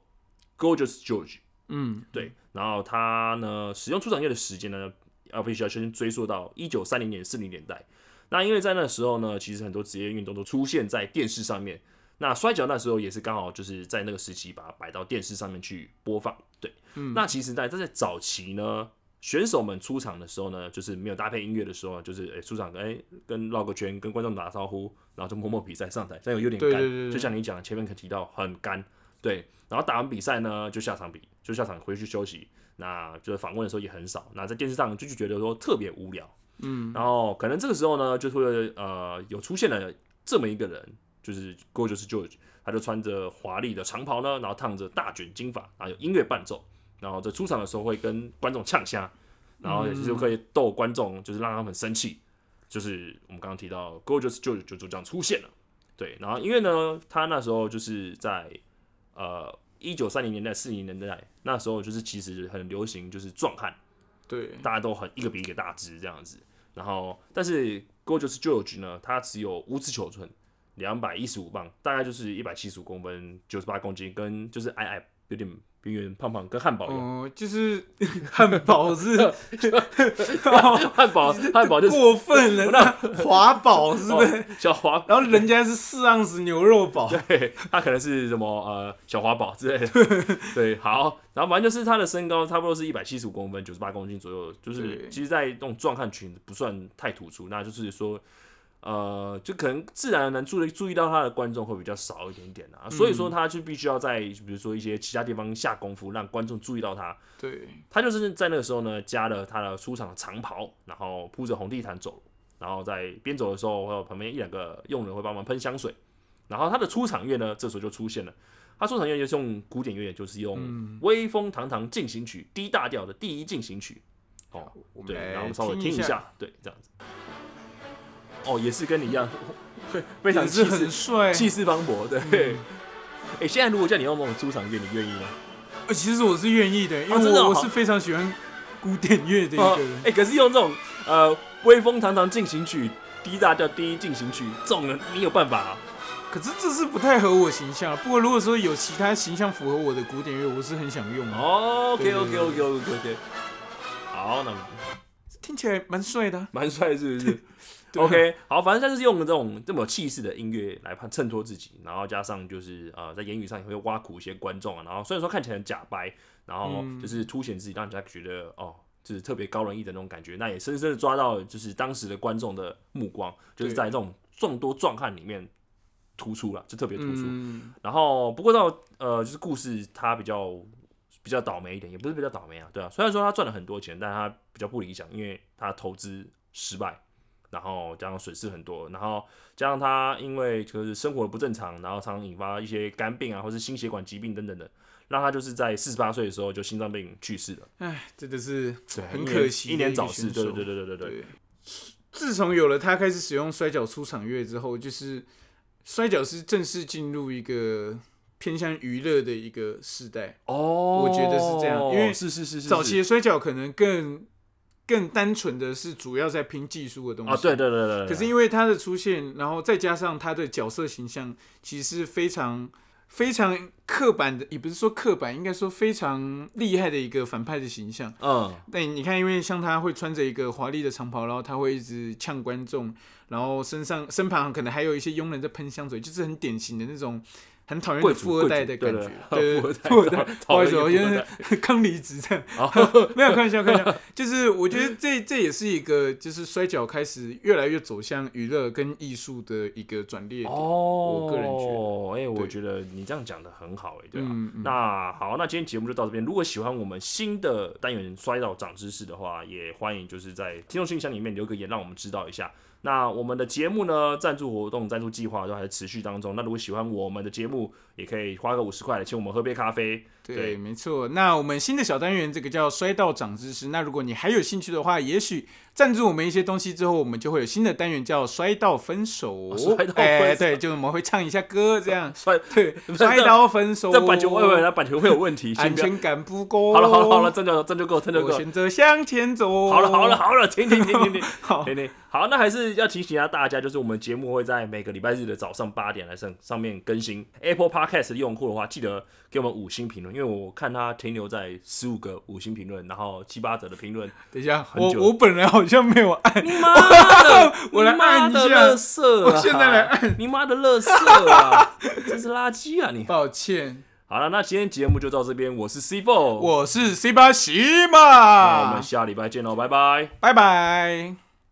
Speaker 1: Gorgeous George。
Speaker 2: 嗯，
Speaker 1: 对，然后他呢使用出场乐的时间呢，要必须要先追溯到一九三零年、四零年代。那因为在那时候呢，其实很多职业运动都出现在电视上面。那摔跤那时候也是刚好就是在那个时期把它摆到电视上面去播放。对，
Speaker 2: 嗯
Speaker 1: 那其实在在在早期呢，选手们出场的时候呢，就是没有搭配音乐的时候，啊就是诶、出场诶、跟绕个圈，跟观众打招呼，然后就摸摸比赛上台，这样有点干。
Speaker 2: 对对对对
Speaker 1: 就像你讲的前面可提到很干，对。然后打完比赛呢，就下场比就下场回去休息。那就是访问的时候也很少，那在电视上就就觉得说特别无聊。嗯，然后可能这个时候呢，就会呃有出现了这么一个人，就是过就是 George，他就穿着华丽的长袍呢，然后烫着大卷金发，然后有音乐伴奏，然后在出场的时候会跟观众呛虾，然后也就是可以逗观众，就是让他们很生气。就是我们刚刚提到 Gorgeous George 就就这样出现了，对。然后因为呢，他那时候就是在呃一九三零年代、四零年代那时候，就是其实很流行就是壮汉，
Speaker 2: 对，
Speaker 1: 大家都很一个比一个大只这样子。然后，但是 Gorgeous George 呢，他只有五尺九寸，两百一十五磅，大概就是一百七十五公分，九十八公斤，跟就是矮矮有点圆圆胖胖，跟汉堡一样。
Speaker 2: 哦、就是 <laughs> 汉堡是
Speaker 1: <laughs> 汉堡汉堡
Speaker 2: <laughs>
Speaker 1: 就是
Speaker 2: 过
Speaker 1: <laughs>
Speaker 2: 分了，那华堡是不是？
Speaker 1: 哦小华
Speaker 2: 然后人家是四盎司牛肉堡，
Speaker 1: 对，他可能是什么呃小华宝之类的。对，好，然后反正就是他的身高差不多是一百七十五公分，九十八公斤左右，就是
Speaker 2: 对
Speaker 1: 其实，在那种壮汉群不算太突出，那就是说。呃，就可能自然而然注意注意到他的观众会比较少一点点啊，所以说他就必须要在比如说一些其他地方下功夫，让观众注意到他。
Speaker 2: 对，
Speaker 1: 他就是在那个时候呢，加了他的出场的长袍，然后铺着红地毯走，然后在边走的时候，会有旁边一两个佣人会帮忙喷香水。然后他的出场乐呢，这时候就出现了。他出场乐就是用古典乐，就是用《威风堂堂进行曲》D 大调的第一进行曲。哦，
Speaker 2: 我
Speaker 1: 对，
Speaker 2: 们来
Speaker 1: 然后我们稍微
Speaker 2: 听
Speaker 1: 听
Speaker 2: 一
Speaker 1: 一
Speaker 2: 下，
Speaker 1: 下，对，这样子。哦，也是跟你一样， <laughs> 非常
Speaker 2: 也
Speaker 1: 气
Speaker 2: 是
Speaker 1: 势
Speaker 2: 很帅。
Speaker 1: 气势磅礴， <laughs> 对。哎、现在如果叫你用那种出场乐，你愿意吗？
Speaker 2: 呃其实我是愿意的，因为
Speaker 1: 哦真的
Speaker 2: 我
Speaker 1: 哦
Speaker 2: 我是非常喜欢古典乐的一
Speaker 1: 哦
Speaker 2: 个人
Speaker 1: 哎、。可是用这种呃威风堂堂进行曲低大调第一进行曲这种人，你有办法、啊？
Speaker 2: 可是这是不太合我形象。不过如果说有其他形象符合我的古典乐，我是很想用的。
Speaker 1: 哦，OK
Speaker 2: 对
Speaker 1: OK
Speaker 2: 对
Speaker 1: OK OK OK，好，那
Speaker 2: 听起来蛮帅的啊、
Speaker 1: 蛮帅是不是
Speaker 2: <laughs> 对啊
Speaker 1: ？OK，好，反正他就是用这种这么有气势的音乐来衬托自己，然后加上就是呃在言语上也会挖苦一些观众啊，然后虽然说看起来很假掰，然后
Speaker 2: 嗯
Speaker 1: 就是凸显自己，让人家觉得哦。就是特别高人一等那种感觉，那也深深的抓到就是当时的观众的目光，就是
Speaker 2: 对
Speaker 1: 在这种众多壮汉里面突出了，就特别突出。
Speaker 2: 嗯，
Speaker 1: 然后不过到呃，就是故事它比较比较倒霉一点，也不是比较倒霉啊，对啊。虽然说他赚了很多钱，但他比较不理想，因为他投资失败，然后加上损失很多，然后加上他因为就是生活的不正常，然后常常引发一些肝病啊，或是心血管疾病等等的，让他就是在四十八岁的时候就心脏病去世了，
Speaker 2: 哎，真的是
Speaker 1: 对，
Speaker 2: 很
Speaker 1: 英
Speaker 2: 可
Speaker 1: 年
Speaker 2: 惜
Speaker 1: 英
Speaker 2: 的
Speaker 1: 年
Speaker 2: 一
Speaker 1: 早
Speaker 2: 个
Speaker 1: 逝，
Speaker 2: 选
Speaker 1: 对对
Speaker 2: 手
Speaker 1: 对对对对，
Speaker 2: 对。自从有了他开始使用摔跤出场乐之后，就是摔跤是正式进入一个偏向娱乐的一个时代。
Speaker 1: 哦
Speaker 2: 我觉得是这样因为
Speaker 1: 是是是是
Speaker 2: 早
Speaker 1: 是
Speaker 2: 期的摔跤可能更更单纯的是主要在拼技术的东西
Speaker 1: 啊，对对对对对，
Speaker 2: 可是因为他的出现，然后再加上他的角色形象，其实是非常非常刻板的，也不是说刻板，应该说非常厉害的一个反派的形象。
Speaker 1: 嗯
Speaker 2: 那你看，因为像他会穿着一个华丽的长袍，然后他会一直呛观众，然后身上身旁可能还有一些佣人在喷香水，就是很典型的那种很讨厌
Speaker 1: 贵
Speaker 2: 的
Speaker 1: 族
Speaker 2: 富二代的感觉。
Speaker 1: 贵
Speaker 2: 对
Speaker 1: 族对
Speaker 2: 对，
Speaker 1: 对
Speaker 2: 对富
Speaker 1: 富
Speaker 2: 二
Speaker 1: 二代哦
Speaker 2: 代，
Speaker 1: 讨
Speaker 2: 不好
Speaker 1: 讨
Speaker 2: 意思，
Speaker 1: 厌
Speaker 2: 我
Speaker 1: 富
Speaker 2: 现
Speaker 1: 二
Speaker 2: <laughs> 在刚离职这样。
Speaker 1: 好
Speaker 2: <laughs> 没有开玩笑，开玩笑，就是我觉得这这也是一个，就是摔跤开始越来越走向娱乐跟艺术的一个转捩点。
Speaker 1: 哦，
Speaker 2: 我个人觉得
Speaker 1: 哎、我
Speaker 2: 对
Speaker 1: 觉得你这样讲的很好、哎，对吧、
Speaker 2: 嗯嗯
Speaker 1: 那好，那今天节目就到这边。如果喜欢我们新的单元摔到长知识的话，也欢迎就是在听众信箱里面留个言，让我们知道一下。那我们的节目呢，赞助活动、赞助计划都还在持续当中。那如果喜欢我们的节目，也可以花个五十块来请我们喝杯咖啡。对
Speaker 2: 对，没错。那我们新的小单元这个叫摔到长知识。那如果你还有兴趣的话，也许赞助我们一些东西之后，我们就会有新的单元叫摔到分手。
Speaker 1: 哦摔到分手。
Speaker 2: 哎对，就我们会唱一下歌这样
Speaker 1: <laughs> 摔
Speaker 2: 对，
Speaker 1: 这
Speaker 2: 摔到分手。
Speaker 1: 这版权会不会？那版权会有问题，先
Speaker 2: 安
Speaker 1: 不要。
Speaker 2: 全感不够。
Speaker 1: 好了好了好了，，这就这就够，这就
Speaker 2: 我
Speaker 1: 够。
Speaker 2: 选择向前走。
Speaker 1: 好了好了，好了，停停停停停
Speaker 2: 好
Speaker 1: 停停。好，那还是要提醒一下大家，就是我们节目会在每个礼拜日的早上八点来上上面更新。Apple Podcast 的用户的话，记得给我们五星评论，因为我看它停留在十五个五星评论，然后七八折的评
Speaker 2: <laughs>
Speaker 1: 论，
Speaker 2: 等一下，
Speaker 1: 很
Speaker 2: 我
Speaker 1: 久
Speaker 2: 我本人好像没有按，，
Speaker 1: 你妈的
Speaker 2: <laughs> 我来按一下
Speaker 1: 你妈的垃圾、啊，
Speaker 2: 我现在来按，
Speaker 1: 你妈的垃圾啊， <laughs> 真是垃圾啊你！
Speaker 2: 抱歉，
Speaker 1: 好了，那今天节目就到这边，我是 C Four，
Speaker 2: 我是 C 八喜
Speaker 1: 那我
Speaker 2: 马
Speaker 1: 哦们，下礼拜见喽，拜拜。
Speaker 2: 拜拜。